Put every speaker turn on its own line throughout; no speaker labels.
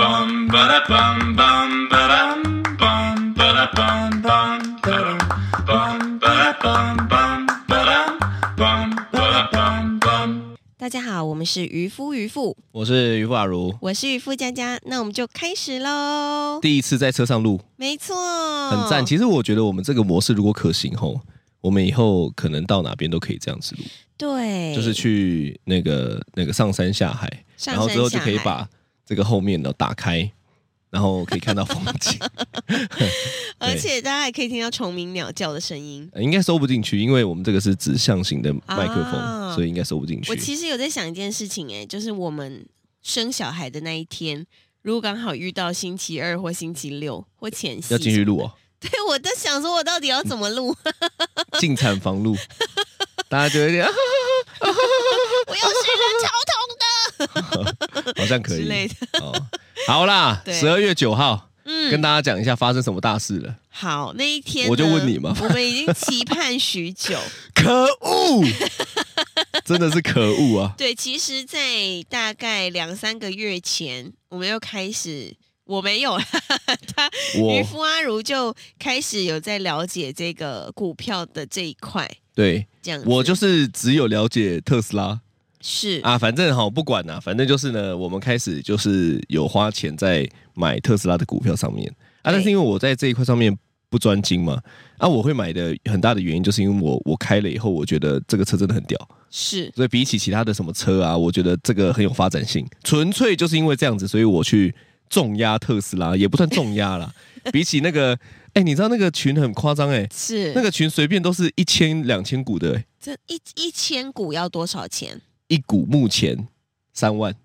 bum ba da bum bum ba dum bum ba da bum bum ba dum bum ba da bum bum ba dum bum ba da bum bum.
大家好，我们是渔夫渔妇，
我是于法如，
我是渔夫佳佳，那我们就开始喽。
第一次在车上录，
没错，
很赞。其实我觉得我们这个模式如果可行吼，我们以后可能到哪边都可以这样子录，
对，
就是去那个那个上山下海，
上山
然后之后就可以
下海
把这个后面的打开，然后可以看到风 景，
而且大家还可以听到虫鸣鸟叫的声音。
呃应该收不进去，因为我们这个是指向型的麦克风，
啊
所以应该收不进去
我。其实有在想一件事情、哎，就是我们生小孩的那一天，如果刚好遇到星期二或星期六或前夕，
要进去录哦，
对我在想说，我到底要怎么 录？
进产 房录，大家觉得有点啊
我又是人超痛的。
好像可以
之类的
哦。好啦，
对
十二月九号，
嗯，
跟大家讲一下发生什么大事了。
好，那一天
我就
呢
问你嘛
我们已经期盼许久。
可 恶，真的是可恶啊！
对，其实，在大概两三个月前，我们又开始，我没有啦，他渔
我
夫阿如就开始有在了解这个股票的这一块，
对
这样子
我就是只有了解特斯拉
是
啊，反正哈不管啦、反正就是呢，我们开始就是有花钱在买特斯拉的股票上面啊，
对
但是因为我在这一块上面不专精嘛，啊，我会买的很大的原因就是因为我我开了以后，我觉得这个车真的很屌，
是
所以比起其他的什么车啊，我觉得这个很有发展性。纯粹就是因为这样子，所以我去重压特斯拉，也不算重 压啦。比起那个，哎、你知道那个群很夸张哎，
是，
那个群随便都是一千两千股的、哎，
这一一千股要多少钱？
一股目前三万，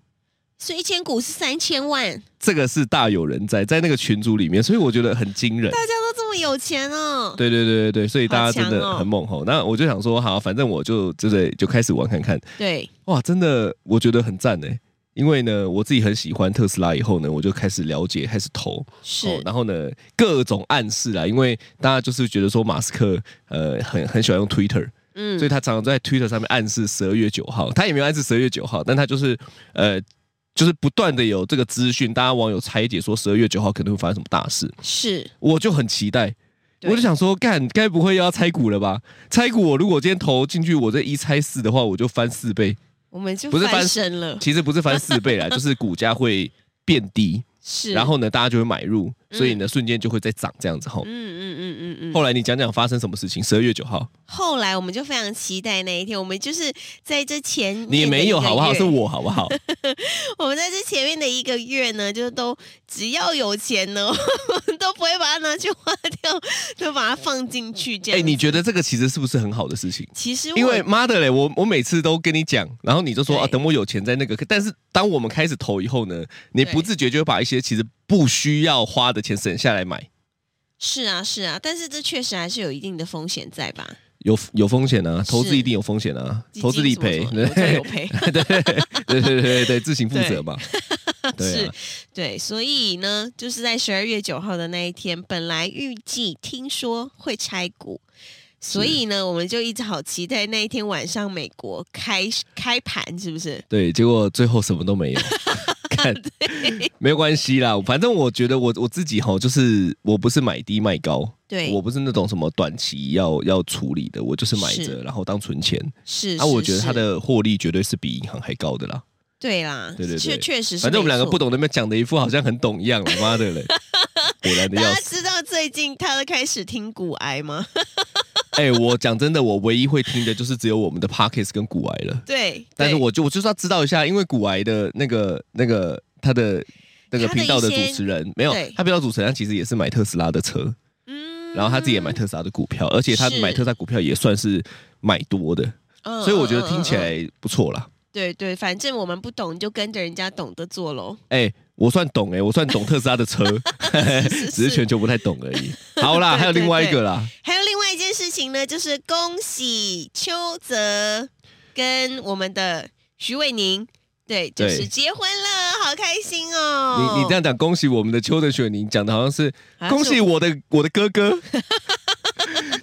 所以一千股是三千万，
这个是大有人在，在那个群组里面，所以我觉得很惊人。
大家都这么有钱哦。
对对对对对，所以大家真
好强哦
的很猛吼。那我就想说，好，反正我就就对就开始玩看看。
对，
哇，真的，我觉得很赞哎。因为呢，我自己很喜欢特斯拉，以后呢，我就开始了解，开始投。
是、
哦，然后呢，各种暗示啦，因为大家就是觉得说马斯克呃很很喜欢用 Twitter，、
嗯
所以他常常在 Twitter 上面暗示十二月九号，他也没有暗示十二月九号，但他就是呃就是不断的有这个资讯，大家网友拆解说十二月九号可能会发生什么大事，
是，
我就很期待。
对
我就想说，干，该不会又要拆股了吧？拆股，我如果今天投进去，我这一拆四的话，我就翻四倍。
我们就
不是翻
翻身 了，
其实不是翻四倍 啦，就是股价会变低，
是，
然后呢，大家就会买入，所以呢，瞬间就会再涨这样子吼。
嗯嗯嗯嗯嗯，
后来你讲讲发生什么事情？十二月九号，
后来我们就非常期待那一天，我们就是在这前面
你
的
没
一
有
个
好不好？
月
是我好不 好？
啊我们在这前面的一个月呢，就是都只要有钱呢， 我们都不会把它拿去花掉，就把它放进去这
哎、
样。
你觉得这个其实是不是很好的事情？
其实我
因为妈的嘞，我我每次都跟你讲，然后你就说
对
啊，等我有钱再那个。可但是当我们开始投以后呢，你
对
不自觉就会把一些其实不需要花的钱省下来买，
是啊是啊，但是这确实还是有一定的风险在吧？
有有风险啊，投
是
资一定有风险啊，
基金
投资理
什么
赔，
什么
对
有赚有
对
赔，
对 对对对对，自行负
对
责嘛。对啊，
对，所以呢，就是在十二月九号的那一天，本来预计听说会拆股。所以呢，我们就一直好期待那一天晚上美国开开盘，是不是？
对，结果最后什么都没 有。 看，没有关系啦，反正我觉得我我自己吼，就是我不是买低卖高，
对，
我不是那种什么短期要要处理的，我就是买
是
着然后当存钱。
是
啊，
是
我觉得它
是
的获利绝对是比银行还高的啦。
对啦，
对对对
确确实是没错。
反正我们两个不懂那边讲的一副好像很懂一样了，妈的嘞，北兰的
大
要
家
死。
知道最近他都开始听骨癌吗？
哎、我讲真的，我唯一会听的就是只有我们的 Pockets 跟古癌了。
对，
但是
对
我就我就是要知道一下，因为古癌的那个那个他的那个
他的
频道的
一
主
些
持人没有
对，
他频道主持人他其实也是买特斯拉的车，
嗯
然后他自己也买特斯拉的股票，而且他
是
买特斯拉股票也算是买多的，
嗯
所以我觉
嗯
得听起
嗯嗯
来不错啦。
对对，反正我们不懂就跟着人家懂得做喽。
哎、我算懂哎、我算懂特斯拉的 车，只是全球不太懂而已。好啦，
对
还有另外一个啦，
还有另外一件事情呢，就是恭喜邱泽跟我我们的徐伟宁，对，就
对
是结婚了，好开心哦！啊
你你这样讲，恭喜我们的邱德雪宁，讲的好像是
好像
恭
是
喜我的我的哥哥，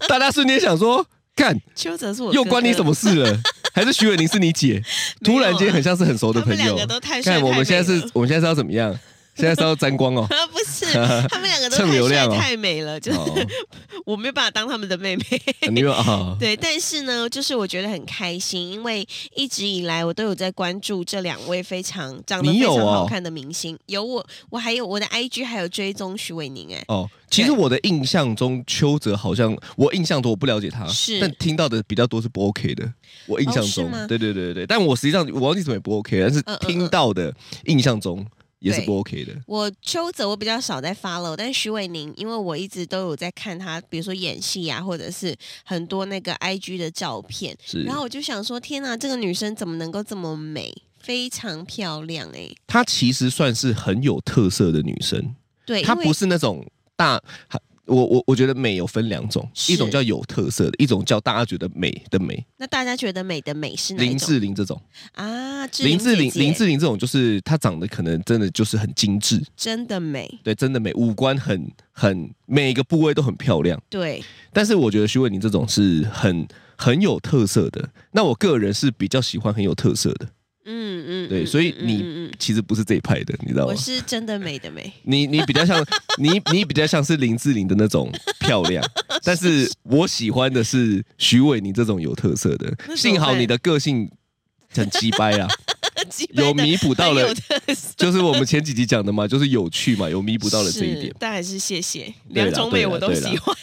大家瞬间想说，干
邱泽是我
又关你什
么？
么事了？还是徐伟宁是你姐？
没有啊
突然间很像是很熟的
他
朋
们两个。
友
都太帅
看
太
我们
美
现在是
了，
我们现在是要怎么样？现在是要沾 光哦。
不 是，他们两个都
蹭
太
流
帅
量哦
太美了，就是
哦，
我没有办法当他们的妹 妹。
你有啊？
对，但是呢，就是我觉得很开心，因为一直以来我都有在关注这两位非常长得
你
非
有
常好
哦
看的明星。有我，我还有我的 IG 还有追踪徐伟宁，哎，
哦，其实我的印象中，邱泽好像我印象中我不了解他，
是
但听到的比较多是不 OK 的。我印象
哦是
中，
吗
对对对对，但我实际上我忘记怎么也不 OK，但是
嗯嗯嗯
听到的印象中也是
对
不 OK 的。
我邱泽我比较少在 follow，但徐伟宁，因为我一直都有在看他，比如说演戏啊，或者是很多那个 IG 的照片，
是
然，后我就想说，天哪，这个女生怎么能够这么美？非常漂亮哎、
她其实算是很有特色的女生，
对，
她
因为
不是那种大。我我我觉得美有分两种，
是
一种叫有特色的，一种叫大家觉得美的美。
那大家觉得美的美是哪一
林
种
志玲这种，
啊？志
林志
姐
玲
姐
林志玲这种就是她长得可能真的就是很精致，
真的美，
对，真的美，五官很很每个部位都很漂亮。
对，
但是我觉得徐伟宁这种是很很有特色的。那我个人是比较喜欢很有特色的，
嗯嗯，
对
嗯
所以
嗯
你哦
嗯嗯嗯
其实不是这一派的，你知道吗
我？是真的美的 美，
你你比较像你你比较像是林志玲的那种漂亮， 但是我喜欢的是徐伟宁这种有特色的。
办
幸好你的个性很鸡 掰啊，有弥补到了
很有特色
就是我们前几集讲的嘛，就是有趣嘛，有弥补到了这一
是
点。
但还是谢谢，
对啦
两种美我都
对啦
喜欢。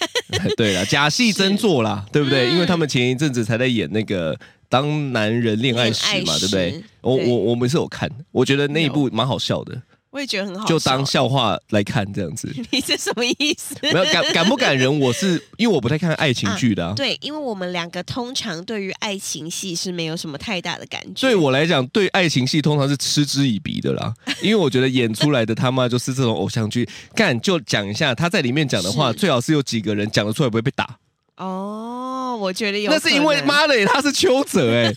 对啦，假戏真做啦，对不对？
嗯
因为他们前一阵子才在演那个《当男人恋爱时》嘛，对不
恋爱
对
时？
我
对
我我们是有看，我觉得那一部蛮好笑的，
我也觉得很好笑，
就当笑话来看这样 子。
你这什么意思？
没有感感不感人？我是因为我不太看爱情剧的、啊。
对，因为我们两个通常对于爱情戏是没有什么太大的感觉。
对我来讲，对爱情戏通常是嗤之以鼻 的啦，因为我觉得演出来的他妈就是这种偶像剧，干就讲一下他在里面讲的话，
是
最好是有几个人讲得出来不会被打。
哦，我觉得有可
那
能，
是因为妈的，他是邱泽 哎、
而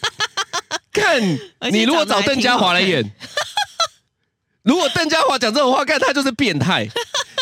看
且
你如果
长得
找
还
邓家华来演，如果邓家华讲这种话，干他就是 变态。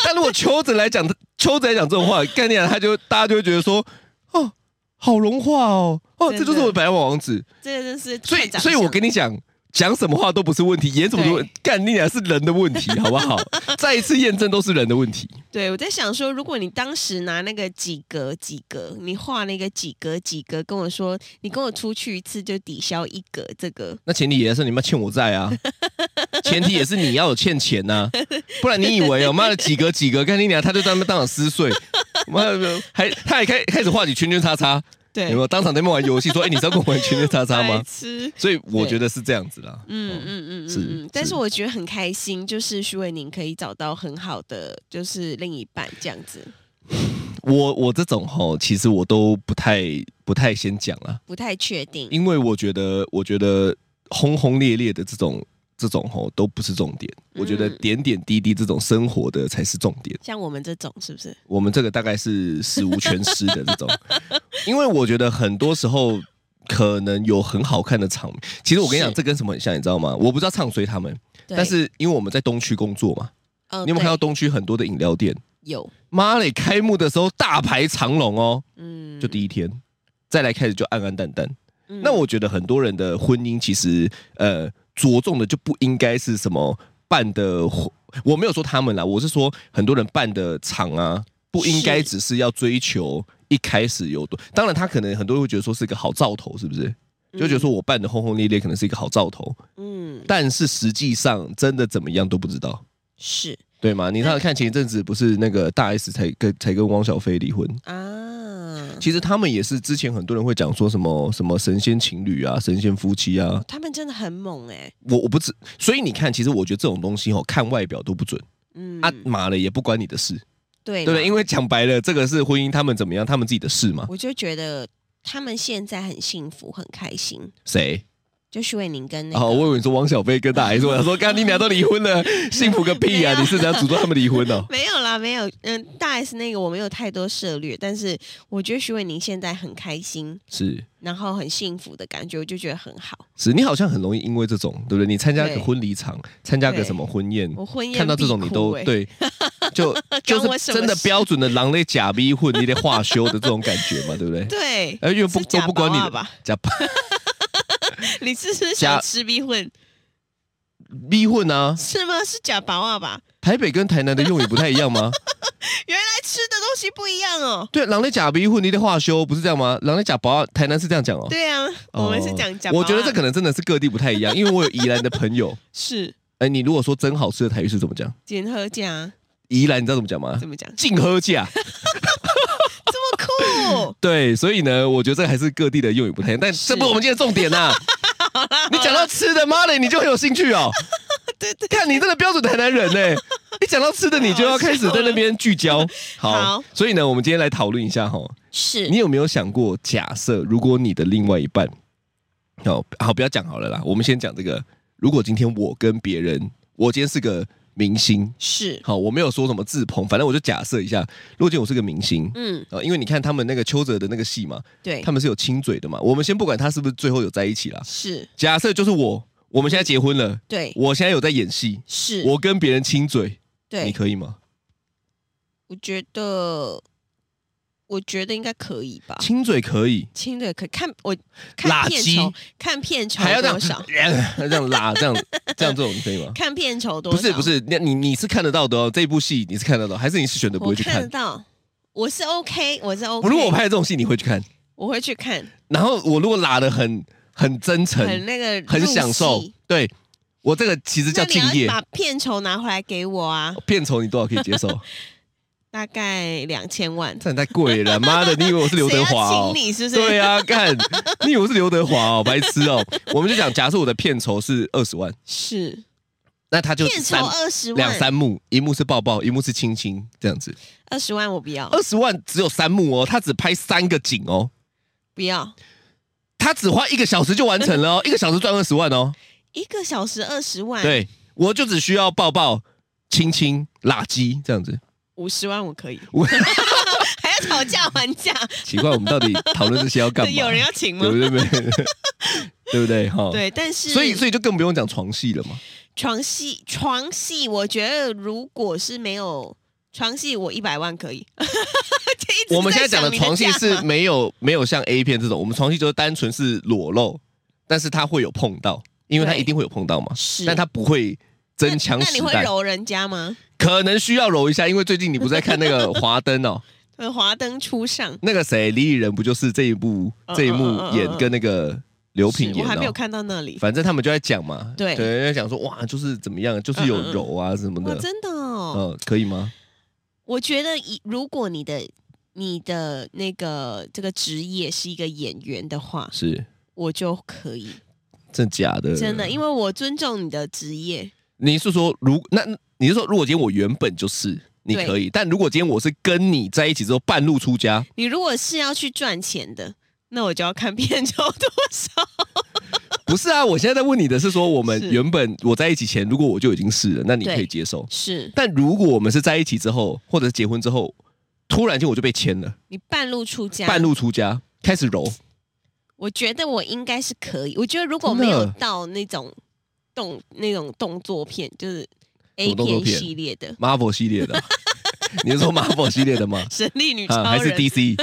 但如果邱泽来讲，邱泽来讲这种话，干你啊，他就大家就会觉得说，哦，好融化哦，哦，
真的
这就是我的白马王子。
这个真是
所
太
以，
长
所以我
相
跟你讲。讲什么话都不是问题，演什么都
对
干你俩是人的问题，好 不好？再一次验证都是人的问题。
对，我在想说，如果你当时拿那个几格几格，你画那个几格几格，跟我说你跟我出去一次就抵消一格，这个
那前提也是你妈欠我 债啊，前提也是你要有欠钱呐、不然你以为哦，妈的几个几个，看你俩他就在那边当场 撕碎，妈的还他还开开始画起圈圈叉叉，
对
有没有？当场在那边玩游戏说，哎、你知道跟我玩圈圈叉叉
白
吗？
痴。
所以我觉得是这样子啦，
嗯
嗯嗯，
嗯嗯
是
嗯嗯，但
是
是我觉得很开心，就是徐伟宁可以找到很好的就是另一半这样子，
我我这种吼，其实我都不太不太先讲啦，
不太确定。
因为我觉得我觉得轰轰烈烈的这种这种吼都不是重点，我觉得
嗯
点点滴滴这种生活的才是重点。
像我们这种是不是？
我们这个大概是死无全尸的 这种，因为我觉得很多时候可能有很好看的场面。其实我跟你讲，
是
这跟什么很像，你知道吗？我不知道唱衰他们，
对
但是因为我们在东区工作嘛，
呃
你有没有看到
对
东区很多的饮料店？
有？
妈嘞，开幕的时候大排长龙哦，
嗯，
就第一天，再来开始就暗暗淡淡。
嗯
那我觉得很多人的婚姻其实呃着重的就不应该是什么办的婚，我没有说他们啦，我是说很多人办的场啊，不应该
是
只是要追求一开始有多，当然他可能很多人会觉得说是一个好兆头，是不是？就觉得说我办的轰轰烈烈可能是一个好兆头，
嗯
但是实际上真的怎么样都不知道。
是
对吗？你看，看前一阵子不是那个大 S 才跟才跟汪小菲离婚，
啊，
其实他们也是之前很多人会讲说什么什么神仙情侣啊、神仙夫妻啊，
他们真的很猛哎、
我我不知，所以你看，其实我觉得这种东西哦，看外表都不准
嗯
啊，马了也不关你的事，
对啊
对不
啦
对？因为讲白了，这个是婚姻他们怎么样，他们自己的事嘛。
我就觉得他们现在很幸福，很开心。
谁？
就徐伟宁跟那个，
哦，我以为你说汪小菲跟大 S，我想说，刚你俩都离婚了，幸福个屁
没
啊！
有
你是想诅咒他们离婚哦？
没有啦，没有，嗯，大 S 那个我没有太多涉略，但是我觉得徐伟宁现在很开心，
是
然后很幸福的感觉，我就觉得很好。
是，你好像很容易因为这种，对不对？你参加个
对
婚礼场，参加个
对
什么婚宴，
我婚宴
看到这种
必
你
哭
都
欸，
对， 就就
我什
是
么
真的
事
标准的狼类假逼混，你得化修的这种感觉嘛，对不 对？
对，
哎，因为不
是
都
假
不关你
包啊
的
吧？
假。
你是不是想
假
吃逼混？
逼混啊！
是吗？是假薄啊吧？
台北跟台南的用语不太一样吗？
原来吃的东西不一样哦。
对，狼的假逼混，你得话修，不是这样吗？狼的假薄，台南是这样讲哦。
对啊，
哦
我们是讲假薄啊。
我觉得这可能真的是各地不太一样，因为我有宜兰的朋友。
是
哎，你如果说真好吃的台语是怎么讲？
检核假，
宜兰你知道怎么讲吗？
怎么讲？
劲喝价。，
这么酷
对，所以呢，我觉得这还是各地的用语不太一样，但这不是我们今天的重点呐、你讲到吃的，妈的，你就很有兴趣哦。
对对，
看你真的标准台南人呢、一讲到吃的，你就要开始在那边聚焦。好，
好
所以呢，我们今天来讨论一下哈，
是
你有没有想过，假设如果你的另外一半，好好不要讲好了啦，我们先讲这个。如果今天我跟别人，我今天是个明星，
是，
好，我没有说什么自捧，反正我就假设一下，如果今天我是个明星，
嗯，
啊，因为你看他们那个邱泽的那个戏嘛，
对
他，们是有亲嘴的嘛。我们先不管他是不是最后有在一起啦，
是，
假设就是我，我们现在结婚了，
对，
我现在有在演戏，
是，
我跟别人亲嘴，
对，
你可以吗？
我觉得，我觉得应该可以吧。
亲嘴可以，
亲的可看我
垃
看片酬
圾，
看片酬
还要这
多
样
少？
这样拉，这样这样这种你可以 吗？
看片酬多
不
少？
是不，是，你你你是看得到的哦，这部戏你是看得到，还是你是选择不
我
会去
看得
看？
到，我是 OK，我是 OK。
如果我，拍这种戏，你会去看？
我会去看，
然后我如果拉的很很真诚，
很那个
很
入
享受
戏，
对我这个其实叫
那你
敬
要
业。
把片酬拿回来给我啊，
片酬你多少可以接受？
大概两千万。
这也太贵了，妈的！你以为我是刘德华
谁要
哦？
请你是不是？
对啊，干！你以为我是刘德华哦？白 痴哦！我们就讲，假设我的片酬是二十万，
是
那他就
片酬
三
二十
两
万，
三幕，一幕是抱抱，一幕是亲亲，这样子。
二十万我不要，
二十万只有三幕哦，他只拍三个景哦，
不要
他只花一个小时就完 成了哦，一个小时赚二十万哦。
一个小时二十万，，
对，我就只需要抱抱、亲亲、垃圾这样子。
五十万我可以，
我
还要讨价还价，
奇怪，我们到底讨论这些要干嘛？
有人要请吗
对？不对？对不对？哈，。
对，但是
所以，所以就更不用讲床戏了嘛。
床戏床戏，我觉得如果是没有床戏，我一百万可以。 就一直
我们现在讲
想
的
你
床戏
价
是
嘛
没有没有像 A 片这种，我们床戏就是单纯是裸露，但是它会有碰到，因为它
对
一定会有碰到嘛，
是，
但它不会真枪
那那
实
你会
弹，
揉人家吗？
可能需要揉一下，因为最近你不是在看 那个《华灯》哦，
呃，华灯初上，
那个谁李李仁不就是这一部
嗯
这一幕
嗯嗯嗯
演
嗯
跟那个刘
是
品
我
演
还没有
哦，
看到那里。
反正他们就在讲嘛，
对
对，在讲说哇，就是怎么样，就是有
嗯嗯嗯
揉啊什么
哇，
的，
真的哦！
嗯，可以吗？
我觉得以如果你的你的那个这个职业是一个演员的话，
是
我就可以
真假的？
真的，因为我尊重你的职业。
你是说如那你是说如果今天我原本就是你
对
可以，但如果今天我是跟你在一起之后半路出 家，
你如果是要去赚钱的，那我就要看片酬多少。
不是啊？我现在在问你的是说我们
是
原本我在一起前，如果我就已经是了，那你
对
可以接受。
是
但如果我 们是在一起之后，或者是结婚之后，突然间我就被签了，
你半路出家，
半路出家开始揉，
我觉得我应该是可以。我觉得如果
真的
没有到那种动那种动作片，就是
什
A
么动作
片
片
系列的
Marvel 系 列的，你是说 Marvel 系列的吗？
《神力女超人
啊，》还是 DC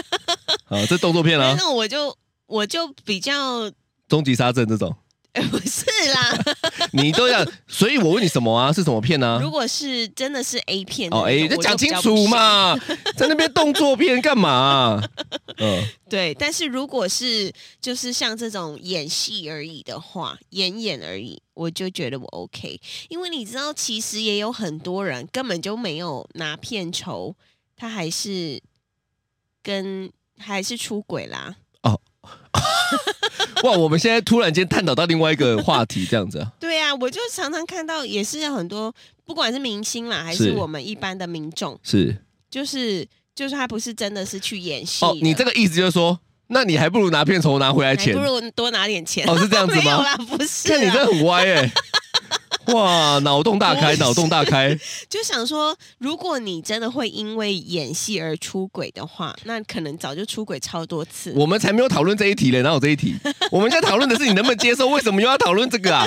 啊？这动作 片啊
那，种我就我就比较、
终极杀阵这种，
哎不是 啦。
你都要，所以我问你什么啊？是什么片啊？
如果是真的是 A 片的
哦，
那种，我
哎、再
就
讲
比
清
较
楚
不想。
嘛， 在那边动作片干嘛、 嗯，
对，但是如果是就是像这种演戏而已的话，演演而已，我就觉得我 OK，因为你知道，其实也有很多人根本就没有拿片酬，他还是跟还是出轨啦。
哇，我们现在突然间探讨到另外一个话题，这样子啊，
对啊，我就常常看到，也是有很多不管是明星啦，还是
是
我们一般的民众，
是
就是就是他不是真的是去演戏的，
哦，你这个意思就是说，那你还不如拿片酬拿回来
还
钱
不，如多拿点钱。
哦，是这样子
没有
吗？
啦，不是啊
看你
啦。
这很歪 哎、哇，脑洞大
不
开，
是
脑洞大开，
就想说，如果你真的会因为演戏而出轨的话，那可能早就出轨超多次。
我们才没有讨论这一题嘞，哪有这一题？我们现在讨论的是你能不能接受，为什么又要讨论这 个啊？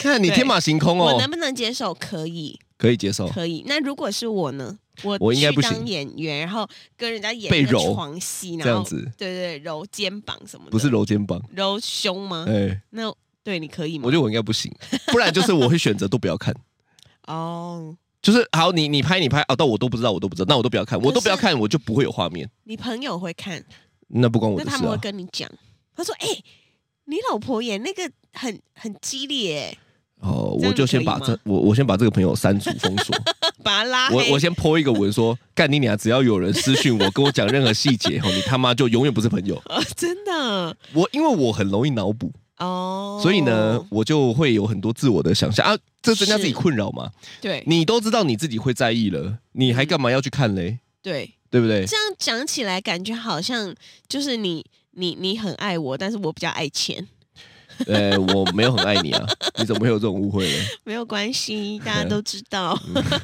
看你
对
天马行空
我
哦
能，不能接受？可以，
可以接受，
可以。那如果是我呢？我
我应该
去
不行
当演员，然后跟人家演
被
一个
揉
床戏，
这
然
样
后
子
对对揉肩膀什么的，嗯
不是揉肩膀，
揉胸吗？
哎、
那对，你可以吗
我觉？得我应该不行，不然就是我会选择都不要看。
哦，就是
就是好，你你拍你拍哦，但我都不知道，我都不知道，那我都不要看，
是
我都不要看，我就不会有画面，
你朋友会看，
那不关我
那
的
他
事
们会
啊。
跟你讲，他说：“哎、你老婆演那个很很激烈、 欸，
哦，
这样
我就先把
可以
这我我先把这个朋友删除封锁，
把他拉黑。
我我先 po 一个文说，干你娘！只要有人私讯我跟我讲任何细节，哦，你他妈就永远不是朋友。
哦，真的
我因为我很容易脑补，
哦，
所以呢，，我就会有很多自我的想象啊，这增加
是
自己困扰嘛。
对
你都知道你自己会在意了，你还干嘛要去看嘞？
对，
对不对？
这样讲起来感觉好像就是你你你很爱我，但是我比较爱钱，
呃，我没有很爱你啊，你怎么会有这种误会呢？
没有关系，大家都知 道。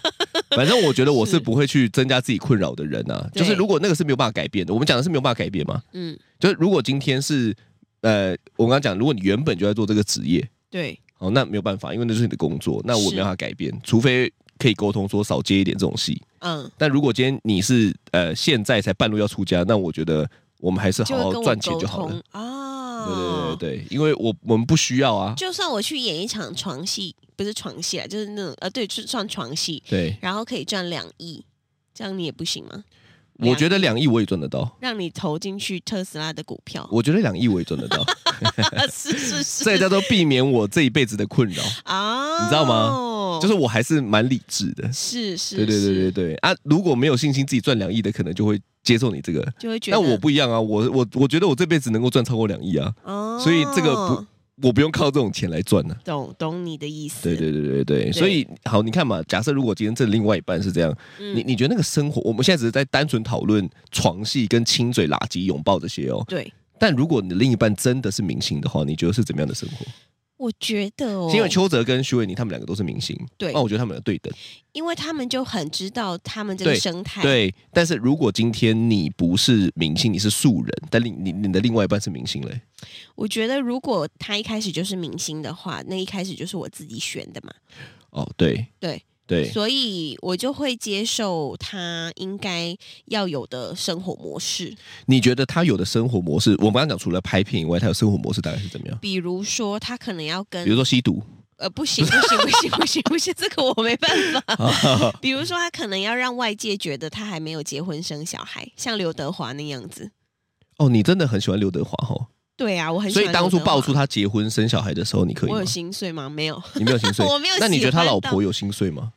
反正我觉得我是
是
不会去增加自己困扰的人啊。
对
就是如果那个是没有办法改变的，我们讲的是没有办法改变嘛。
嗯，
就是如果今天是呃，我刚刚讲，如果你原本就在做这个职业，
对，
哦，那没有办法，因为那就是你的工作，那我
是
没有办法改变，除非可以沟通说少接一点这种戏。
嗯，
但如果今天你是呃现在才半路要出家，那我觉得我们还是
就
好
会
好
跟我
赚钱
沟
就好了
通。啊。
对对对对对，因为我我们不需要啊。
就算我去演一场床戏，不是床戏啊，就是那种呃，对，就是算床戏，
对，
然后可以赚两亿，这样你也不行吗？
我觉得两亿我也赚得到，
让你投进去特斯拉的股票，
我觉得两亿我也赚得到，
是是是，
这也叫做避免我这一辈子的困扰。
啊，
你知道吗就是是我还是蛮理智的。
哦是是，
对对对对
是，
对啊！如果没有信心自己赚两亿的，可能就会接受你这个。
就会觉得
但我不一样啊，我我我觉得我这辈子能够赚超过两亿啊，
哦，
所以这个不我不用靠这种钱来赚呢、啊。
懂懂你的意思，
对对对对对，所以好，你看嘛，假设如果今天这另外一半是这样，
嗯
你你觉得那个生活，我们现在只是在单纯讨论床戏跟亲嘴、垃圾、拥抱这些哦。
对，
但如果你的另一半真的是明星的话，你觉得是怎么样的生活？
我觉得哦，
因为哦邱泽跟徐伟宁他们两个都是明星，
对
那我觉得他们有对等。
因为他们就很知道他们这个
对
生态，
对，但是如果今天你不是明星，你是素人，但另你你的另外一半是明星嘞，
我觉得如果他一开始就是明星的话，那一开始就是我自己选的嘛，
哦，对
对
对，
所以我就会接受他应该要有的生活模式，
你觉得他有的生活模式，我们刚刚讲除了拍片以外，他有生活模式大概是怎么样？
比如说他可能要
比如
跟
说吸 毒，
呃不行不行不行不行不行，这个我没办法。 比如说他可能要让外界觉得他还没有结婚生小孩，像刘德华那样子。
哦，你真的很喜欢刘德华哦，
对啊，我很喜
所
欢
以当
刘
初
德华
爆出他结婚生小孩的时候，你可以
我
吗
有？心碎吗？没有，
你没有心碎，
我没有
那你觉得他
喜欢
老
到
婆有心碎吗？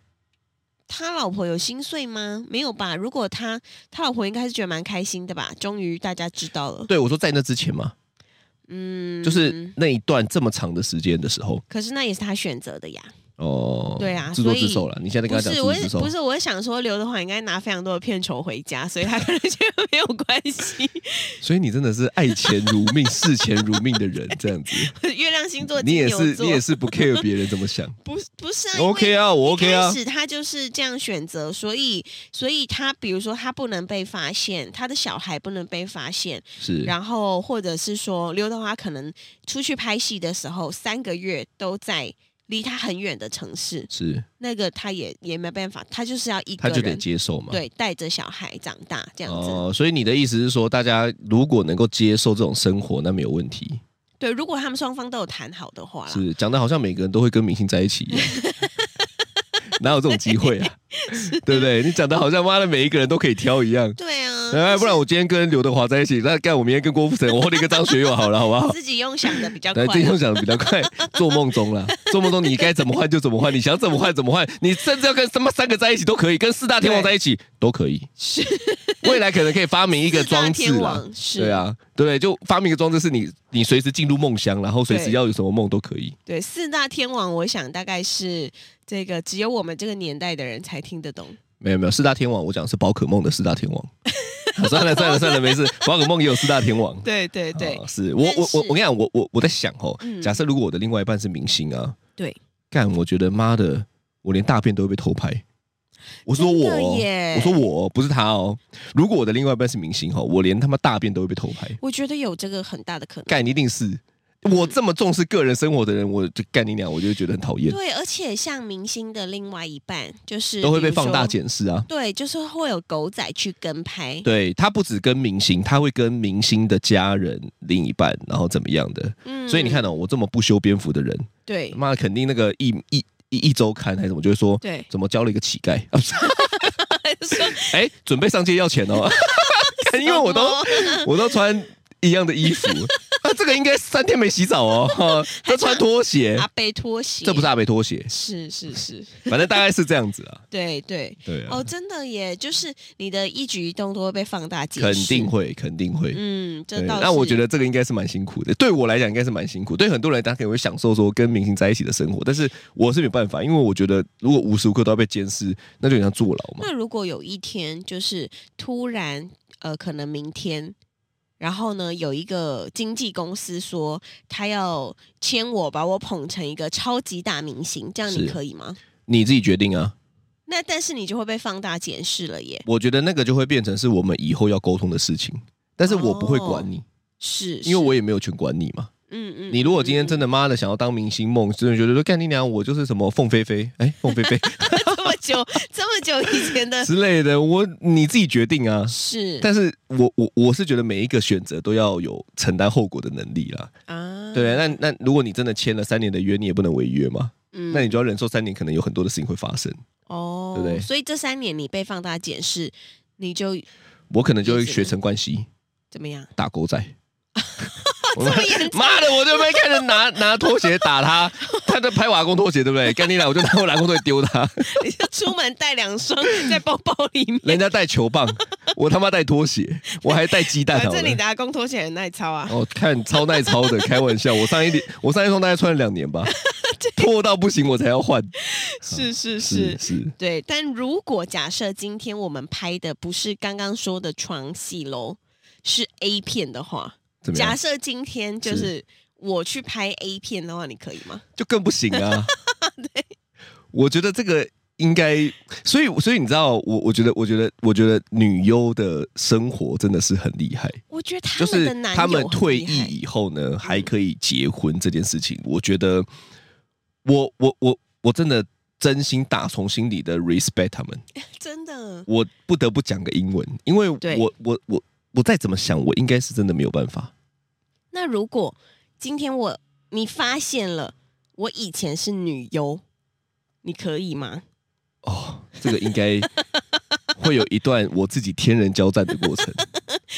他老婆有心碎吗？没有吧。如果他他老婆应该是觉得蛮开心的吧。终于大家知道了，
对，我说在那之前嘛，
嗯，
就是那一段这么长的时间的时候，
可是那也是他选择的呀。
哦，
对啊
自作
所以
自受了。你现在在
不
跟他讲
是，
自
我
作
是
自受，
不是，我是想说刘德华应该拿非常多的片酬回家，所以他可能觉得没有关系。
所以你真的是爱钱如命、视钱如命的人，这样子。
月亮星座
你
金
也
牛
是
座，
你也是不 care 别人怎 么想
不是不是啊因为
，OK 啊，我 OK 啊
一开，始他就是这样选择，所以所以他比如说他不能被发现，他的小孩不能被发现，
是
然后或者是说刘德华可能出去拍戏的时候，三个月都在离他很远的城市，
是，
那个他也也没办法，他就是要一
他
个
就得
人
接受嘛。
对带着小孩长大这样子。
哦，所以你的意思是说，大家如果能够接受这种生活，那没有问题。
对，如果他们双方都有谈好的话啦，
是讲的好像每个人都会跟明星在一起 一样，哪有这种机会啊？对不对？你讲的好像妈的每一个人都可以挑 一样。
对啊，
哎，不然我今天跟刘德华在一起，那干我明天跟郭富城，我后天跟张学友好了，好不好？
自己用想的比 较快
来，。金钟奖比较快，做梦 中啦，做梦中你该怎么换就怎么换，你想怎么换怎么换，你甚至要跟他妈三个在一起都可以，跟四大天王在一起都可以。是，未来可能可以发明一个
四大
装置
天
啦。
王是
对，啊，对不对？就发明一个装置，是你你随时进入梦乡，然后随时
对
要有什么梦都可以。
对四大天王，我想大概是这个只有我们这个年代的人才听得懂。
没有没有，四大天王，我讲的是宝可梦的四大天 王。啊算了算了算了，没事，宝可梦也有四大天王。
对对对、
啊是我我我我跟你讲，我我我在想哦，
嗯
假设如果我的另外一半是明星啊，
对，
干，我觉得妈的，我连大便都会被偷拍。我说
真
我
的
哦，
耶
我说我哦不是他哦。如果我的另外一半是明星哦，我连他妈大便都会被偷拍。
我觉得有这个很大的可能。
干，你一定是，我这么重视个人生活的人，我就干你娘，我就觉得很讨厌，
对，而且像明星的另外一半，就是
都会
比
被
如说
放大检视啊。
对，就是会有狗仔去跟拍。
对他不只跟明星，他会跟明星的家人、另一半，然后怎么样的。
嗯
所以你，看哦，我这么不修边幅的人，
对
妈的肯定那个一一一一周刊还是什么，就会说，
对
怎么交了一个乞丐， 啊不是
说
哎，准备上街要钱哦， 看 因为我都我都穿一样的衣服， 那这个应该三天没洗澡哦，哈都穿拖鞋，
阿贝拖鞋，
这不是阿北拖鞋，
是是是，
反正大概是这样子啊，
对对。
对啊
哦，，真的耶，就是你的一举一动都会被放大解
肯
释
定，会，肯定会。
嗯，这
对
倒是。
那我觉得这个应该是蛮辛苦的，对我来讲应该是蛮辛苦。对很多人，他可能会享受说跟明星在一起的生活，但是我是没办法，因为我觉得如果无时无刻都要被监视，那就很像坐牢嘛。
那如果有一天，就是突然，呃，可能明天，然后呢，有一个经纪公司说他要签我，把我捧成一个超级大明星，这样你
是
可以吗？
你自己决定啊，
那但是你就会被放大检视了耶。
我觉得那个就会变成是我们以后要沟通的事情，但是我不会管你，
是，
因为
哦是
我也没有权管你嘛。
嗯嗯，
你如果今天真
的
的妈的想要当明星梦，真的觉得说干你娘，我就是什么凤飞飞，哎，凤 飞飞
嗯这么久这么久以前的，
之类的，我你自己决定啊。
是
但是我我我是觉得每一个选择都要有承担后果的能力啦。
啊，
对，那那如果你真的签了三年的约，你也不能违约嘛，
嗯
那你就要忍受三年可能有很多的事情会发生。
哦，
对不对
所以这三年你被放大检视，你就
我可能就会
也是
学陈冠希
怎么 样？
打狗仔。我
么严
妈的，我就被看着拿 拿拖鞋打他，他在拍瓦工拖鞋，对不对？干你俩，我就拿我瓦工拖鞋 丢他。
你就出门带两双在包包里面。
人家带球棒，我他妈带拖鞋，我还带鸡蛋
反
好
正你
了。
打工拖鞋很耐操啊，
哦，看超耐操 的，开玩笑，我上一年我上一双大概穿了两年吧，破到不行我才要换。
是是
是
是，
是，
对。但如果假设今天我们拍的不是刚刚说的床戏喽，是 A 片的话，
怎么
假
样？
设今天就是我去拍 A 片的话，你可以吗？
就更不行 啊。我觉得这个应该，所以所以你知道，我我觉得我觉得我觉得女优的生活真的是很厉害。
我觉得他
就是
们的男友
他们
很
退
厉害
役以后呢，还可以结婚这件事情，我觉得我我我我真的真心打从心底的 respect 他们。
真的
我不得不讲个英文，因为
对
我我我我再怎么想，我应该是真的没有办法。
那如果今天我你发现了我以前是女优，你可以吗？
哦，这个 应该会有一段我自己天人交战的过程。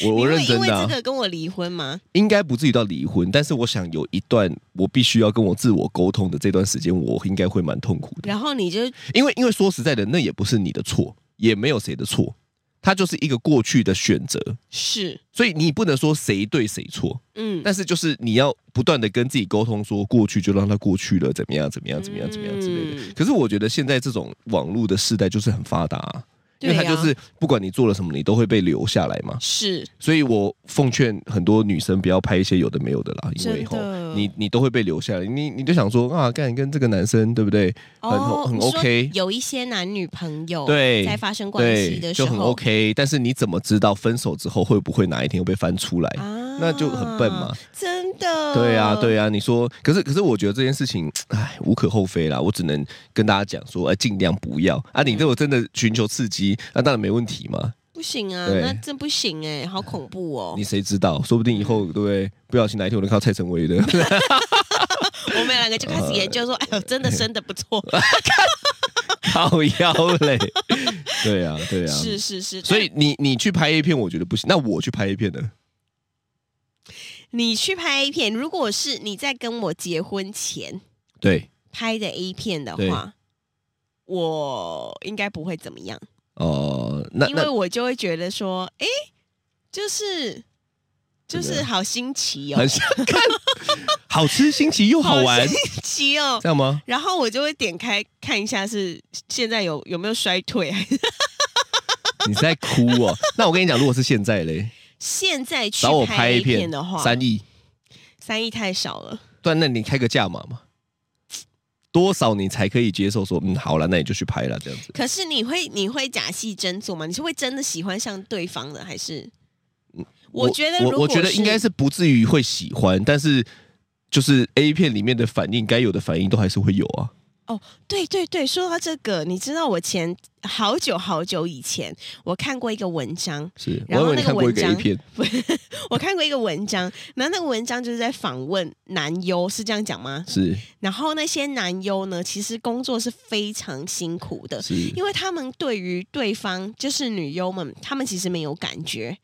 我我
你会
认真
因为
的啊、
这个跟我离婚吗？
应该不至于到离婚，但是我想有一段我必须要跟我自我沟通的这段时间，我应该会蛮痛苦的。
然后你就
因为因为说实在的，那也不是你的错，也没有谁的错，它就是一个过去的选择，
是
所以你不能说谁对谁错，
嗯，
但是就是你要不断的跟自己沟通说，过去就让它过去了，怎么样怎么样怎么样怎么样之类的。
嗯
可是我觉得现在这种网络的时代就是很发达、啊。因为它
对
就
啊
是不管你做了什么，你都会被留下来嘛。
是
所以我奉劝很多女生不要拍一些有的没有的啦，因为
真的
吼你你都会被留下来，你你就想说啊，干跟这个男生对不对？很
哦，
很
你说
OK
有一些男女朋友
对
在发生关系
对，
的时
就
候
很 OK。但是你怎么知道分手之后会不会哪一天又被翻出来？
啊
那就很笨嘛，
真的。
对啊，对啊，你说，可是可是，我觉得这件事情，唉，无可厚非啦。我只能跟大家讲说，哎，尽量不要啊。
嗯
你如果真的寻求刺激，那当然没问题嘛。
不行啊，
对
那真不行哎、好恐怖哦嗯
你！谁知道？说不定以后对不对？不小心哪一天我能靠蔡成威的，
我们两个就开
呃
始研究说，哎呦，真的生的不 错，
靠腰嘞。对啊，对啊。
是是是。
所以你你去拍 A 片，我觉得不行。那我去拍 A 片呢？
你去拍 A 片，如果是你在跟我结婚前
对，
拍的 A 片的
对
话，我应该不会怎么样，
哦、那
因为
那
我就会觉得说，哎、就是就
怎么
是
样
好新奇哦
很，想看， 好吃、新奇又好玩，
新奇 哦。
这样吗？
然后我就会点开看一下是现在有有没有衰退，还是
你在哭哦？ 那我跟你讲，如果是现在嘞，
现在去
找我
拍 A
一
片的话，
三亿，
三亿太少了。
对，那你开个价码嘛？多少你才可以接受说，嗯，好了，那你就去拍了，这样子。
可是你会你会假戏真做吗？你是会真的喜欢上对方的，还是？我觉得如
嗯我
果
我觉得
是
应该是不至于会喜欢，但是就是 A 片里面的反应该有的反应都还是会有啊。
哦，对对对，说到这个，你知道我前好久好久以前，我看过一个文章，
是，我
然后
以为
那个
你看过一
文
个
章
A 片，
我看过一个文章，然后那个文章就是在访问男优，是这样讲吗？
是
然后那些男优呢，其实工作是非常辛苦的，
是
因为他们对于对方就是女优们，他们其实没有感觉，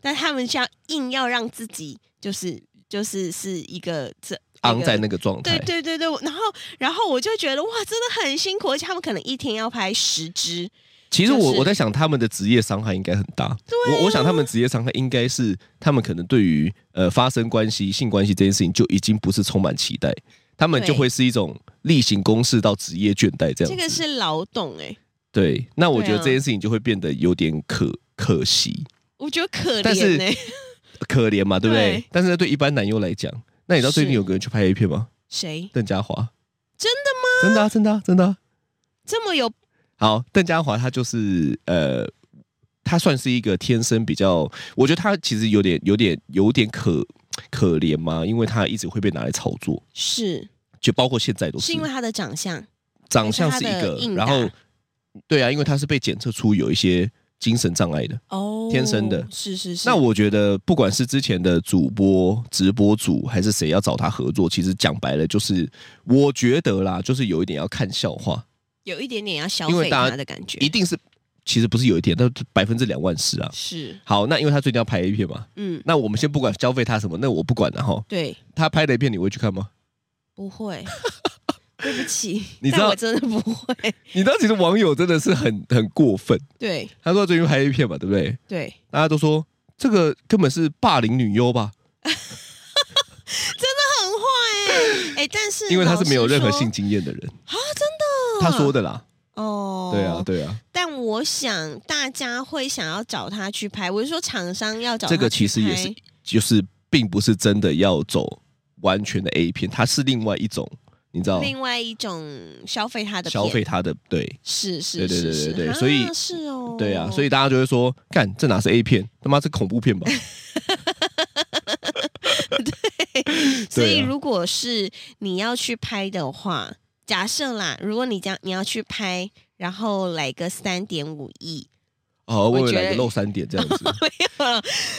但他们需要硬要让自己就是就是是一个这
昂
那
在
个
那个状态
对，对对对，我然后然后我就觉得哇，真的很辛苦，而且他们可能一天要拍十支，
其实
就
我
是啊
我在想，他们的职业伤害应该很大。我我想他们职业伤害应该是他们可能对于呃发生关系、性关系这件事情就已经不是充满期待，他们
对
就会是一种例行公事到职业倦怠这样
这
子。
个是劳动哎、
对，那我觉得
对啊
这件事情就会变得有点可可惜、
我觉得可
但
怜欸
是
呢、
可怜嘛，对不对？
对
但是对一般男优来讲，那你知道最近
是
有个人去拍 A 片吗？
谁
邓家华。
真
的吗？真的啊，真的啊，真的啊、
这么有
好，邓家华他就是呃，他算是一个天生比较，我觉得他其实有点有点有点可可怜嘛，因为他一直会被拿来炒作，
是
就包括现在都是，
是因为他的长相
长相是一
还是他
个
的，应答
然后对啊，因为他是被检测出有一些精神障碍的。
哦，
天生的
是是是。
那我觉得，不管是之前的主播、直播主，还是谁要找他合作，其实讲白了，就是我觉得啦，就是有一点要看笑话。
有一点点要消
因
费
为大家
他的感觉
一，定是，其实不是有一点，但百分之两万十啊。
是
好，那因为他最近要拍 A 片嘛，
嗯，
那我们先不管消费他什么，那我不管了哈。
对，
他拍的 A 片你会去看吗？
不 会。对不起，
你知
但
道
我真的不会。
你知道，其实网友真的是很很过分。
对
他说他最近拍 A 片嘛，对不对？
对，
大家都说这个根本是霸凌女优吧，
很坏哎、哎，但是
因为他
老
是没有
实
任何
说
性经验的人。
啊，真的
他
啊
说的啦，
哦，
对啊，对啊，
但我想大家会想要找他去拍，我是说厂商要找他
这个
去
其实也
拍
是，就是并不是真的要走完全的 A 片，它是另外一种，你知道，
另外一种消费他的
消
片
费它的对。
是是
对对
是
对
是，
对对
啊
所以
是哦，
对啊，所
以
以大家就会说，干这哪是 A 片，他妈是恐怖片吧？
所以
对啊
如果是你要去拍的话，假设啦，如果你将你要去拍，然后来个三点五亿，
哦，我
我
以为
觉得
来个露三点这样 子，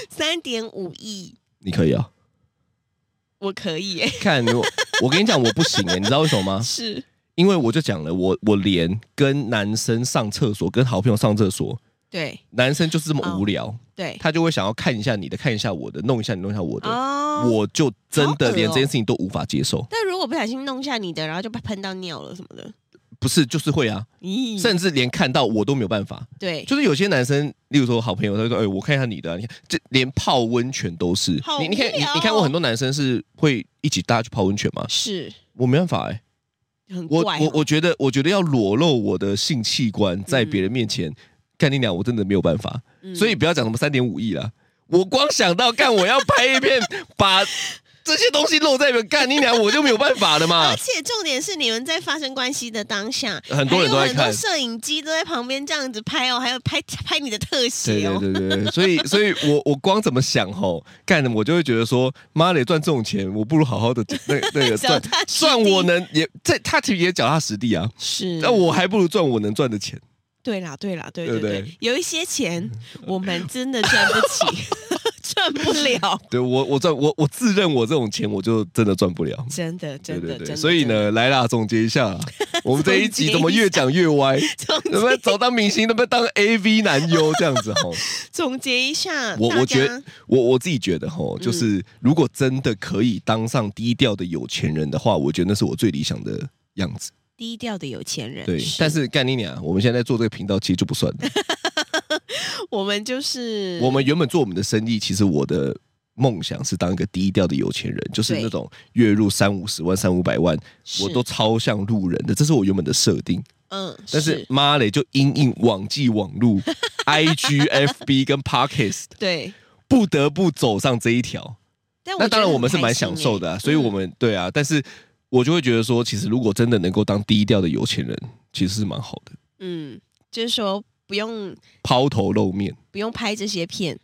三点五亿，
你可以啊？
我可以、欸，
看我，我跟你讲，我不行哎、你知道为什么 吗？
是
因为我就讲了，我我连跟男生上厕所，跟好朋友上厕所，
对
男生就是这
哦
么无聊，
对
他就会想要看一下你的，看一下我的，弄一下你，弄一下我的，
哦。
我就真
好恶
的
哦
连这件事情都无法接受。
但如果不小心弄一下你的，然后就被喷到尿了什么的，
不是，就是会啊，
咦，
甚至连看到我都没有办法。
对，
就是有些男生，例如说好朋友，他就说：“哎、我看一下你的、啊，你看这连泡温泉都是。
好
你你看
无
你
聊哦
你看过很多男生是会一起大家去泡温泉吗？
是
我没办法哎、
很
我
怪、哦
我我觉得我觉得要裸露我的性器官在别人面前，干你娘，我真的没有办法。
嗯
所以不要讲什么三点五亿啦，我光想到干我要拍一片 把。这些东西露在面，干你娘，我就没有办法了嘛
而。且重点是，你们在发生关系的当下，
啊很多人都
还
在
有很多
看
摄影机都在旁边这样子拍哦，还有拍拍你的特
对
写哦。
对对对， 所以所以我我光怎么想吼，干的我就会觉得说，妈的赚这种钱，我不如好好的那 那个
脚
赚
踏实地
赚我能也这他其实也脚踏实地啊，
是
那我还不如赚我能赚的钱。
对啦，对啦，对
对不嗯
对，有一些钱 我们真的赚不起， 赚不了，
对我我赚我我自认我这种钱我就真的赚不了。
真的，
对
真的，
对
真的。
对，所以
真的，
呢，来啦，总结 一下，我们这一集怎么越讲越歪？
总
能不能找到明星？能不能当 AV 男优这样子 吼？
总结一下，
我
大
我觉
家嗯
我我自己觉得吼，就是如果真的可以当上低调的有钱人的话，我觉得那是我最理想的样子。
低调的有钱人，
对，但是干你娘，我们现在做这个频道其实就不 算了。
我们就是
我们原本做我们的生意，其实我的梦想是当一个低调的有钱人，就是
对
那种月入三五十万、三五百万，
是
我都超像路人的，这是我原本的设定。
嗯，
但是妈嘞，就因应网际网 路、IG、FB 跟 Pockets，
对，
不得不走上这一条。
但
那当然，我们是
觉得很开
蛮
心
享受的、啊，
欸
所以我
嗯
们对啊，但是我就会觉得说，其实如果真的能够当低调的有钱人，其实是蛮好的，
嗯，就是说不用
抛头露面。
不用拍这些片，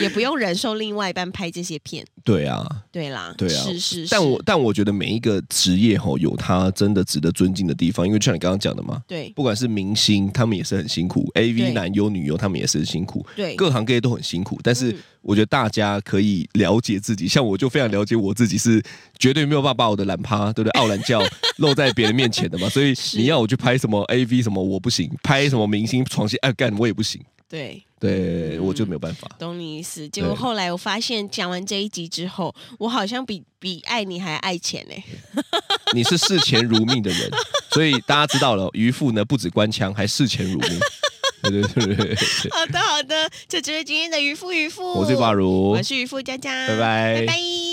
也不用忍受另外一半拍这些片。
对啊，
对啦，
对啊
是是是。
但我但我觉得每一个职业吼有他真的值得尊敬的地方，因为就像你刚刚讲的嘛，
对
不管是明星，他们也是很辛苦
对
；AV 男优、女优，他们也是很辛苦。
对
各行各业都很辛苦，但是
嗯
我觉得大家可以了解自己，像我就非常了解我自己，是绝对没有办法把我的懒趴，对不对？傲懒觉露在别人面前的嘛，所以你要我去拍什么 AV 什么，我不行；拍什么明星床戏爱干，我也不行。
对，
对，我就没有办法。
懂你意思。结果后来我发现，讲完这一集之后，我好像比比爱你还爱钱欸呢、
你是视钱如命的人，所以大家知道了，渔夫呢不止官腔，还视钱如命。对对对对对，
好的好的，这就是今天的渔夫渔夫，
我是巴如
我，是渔夫佳佳，
拜
拜
拜
拜。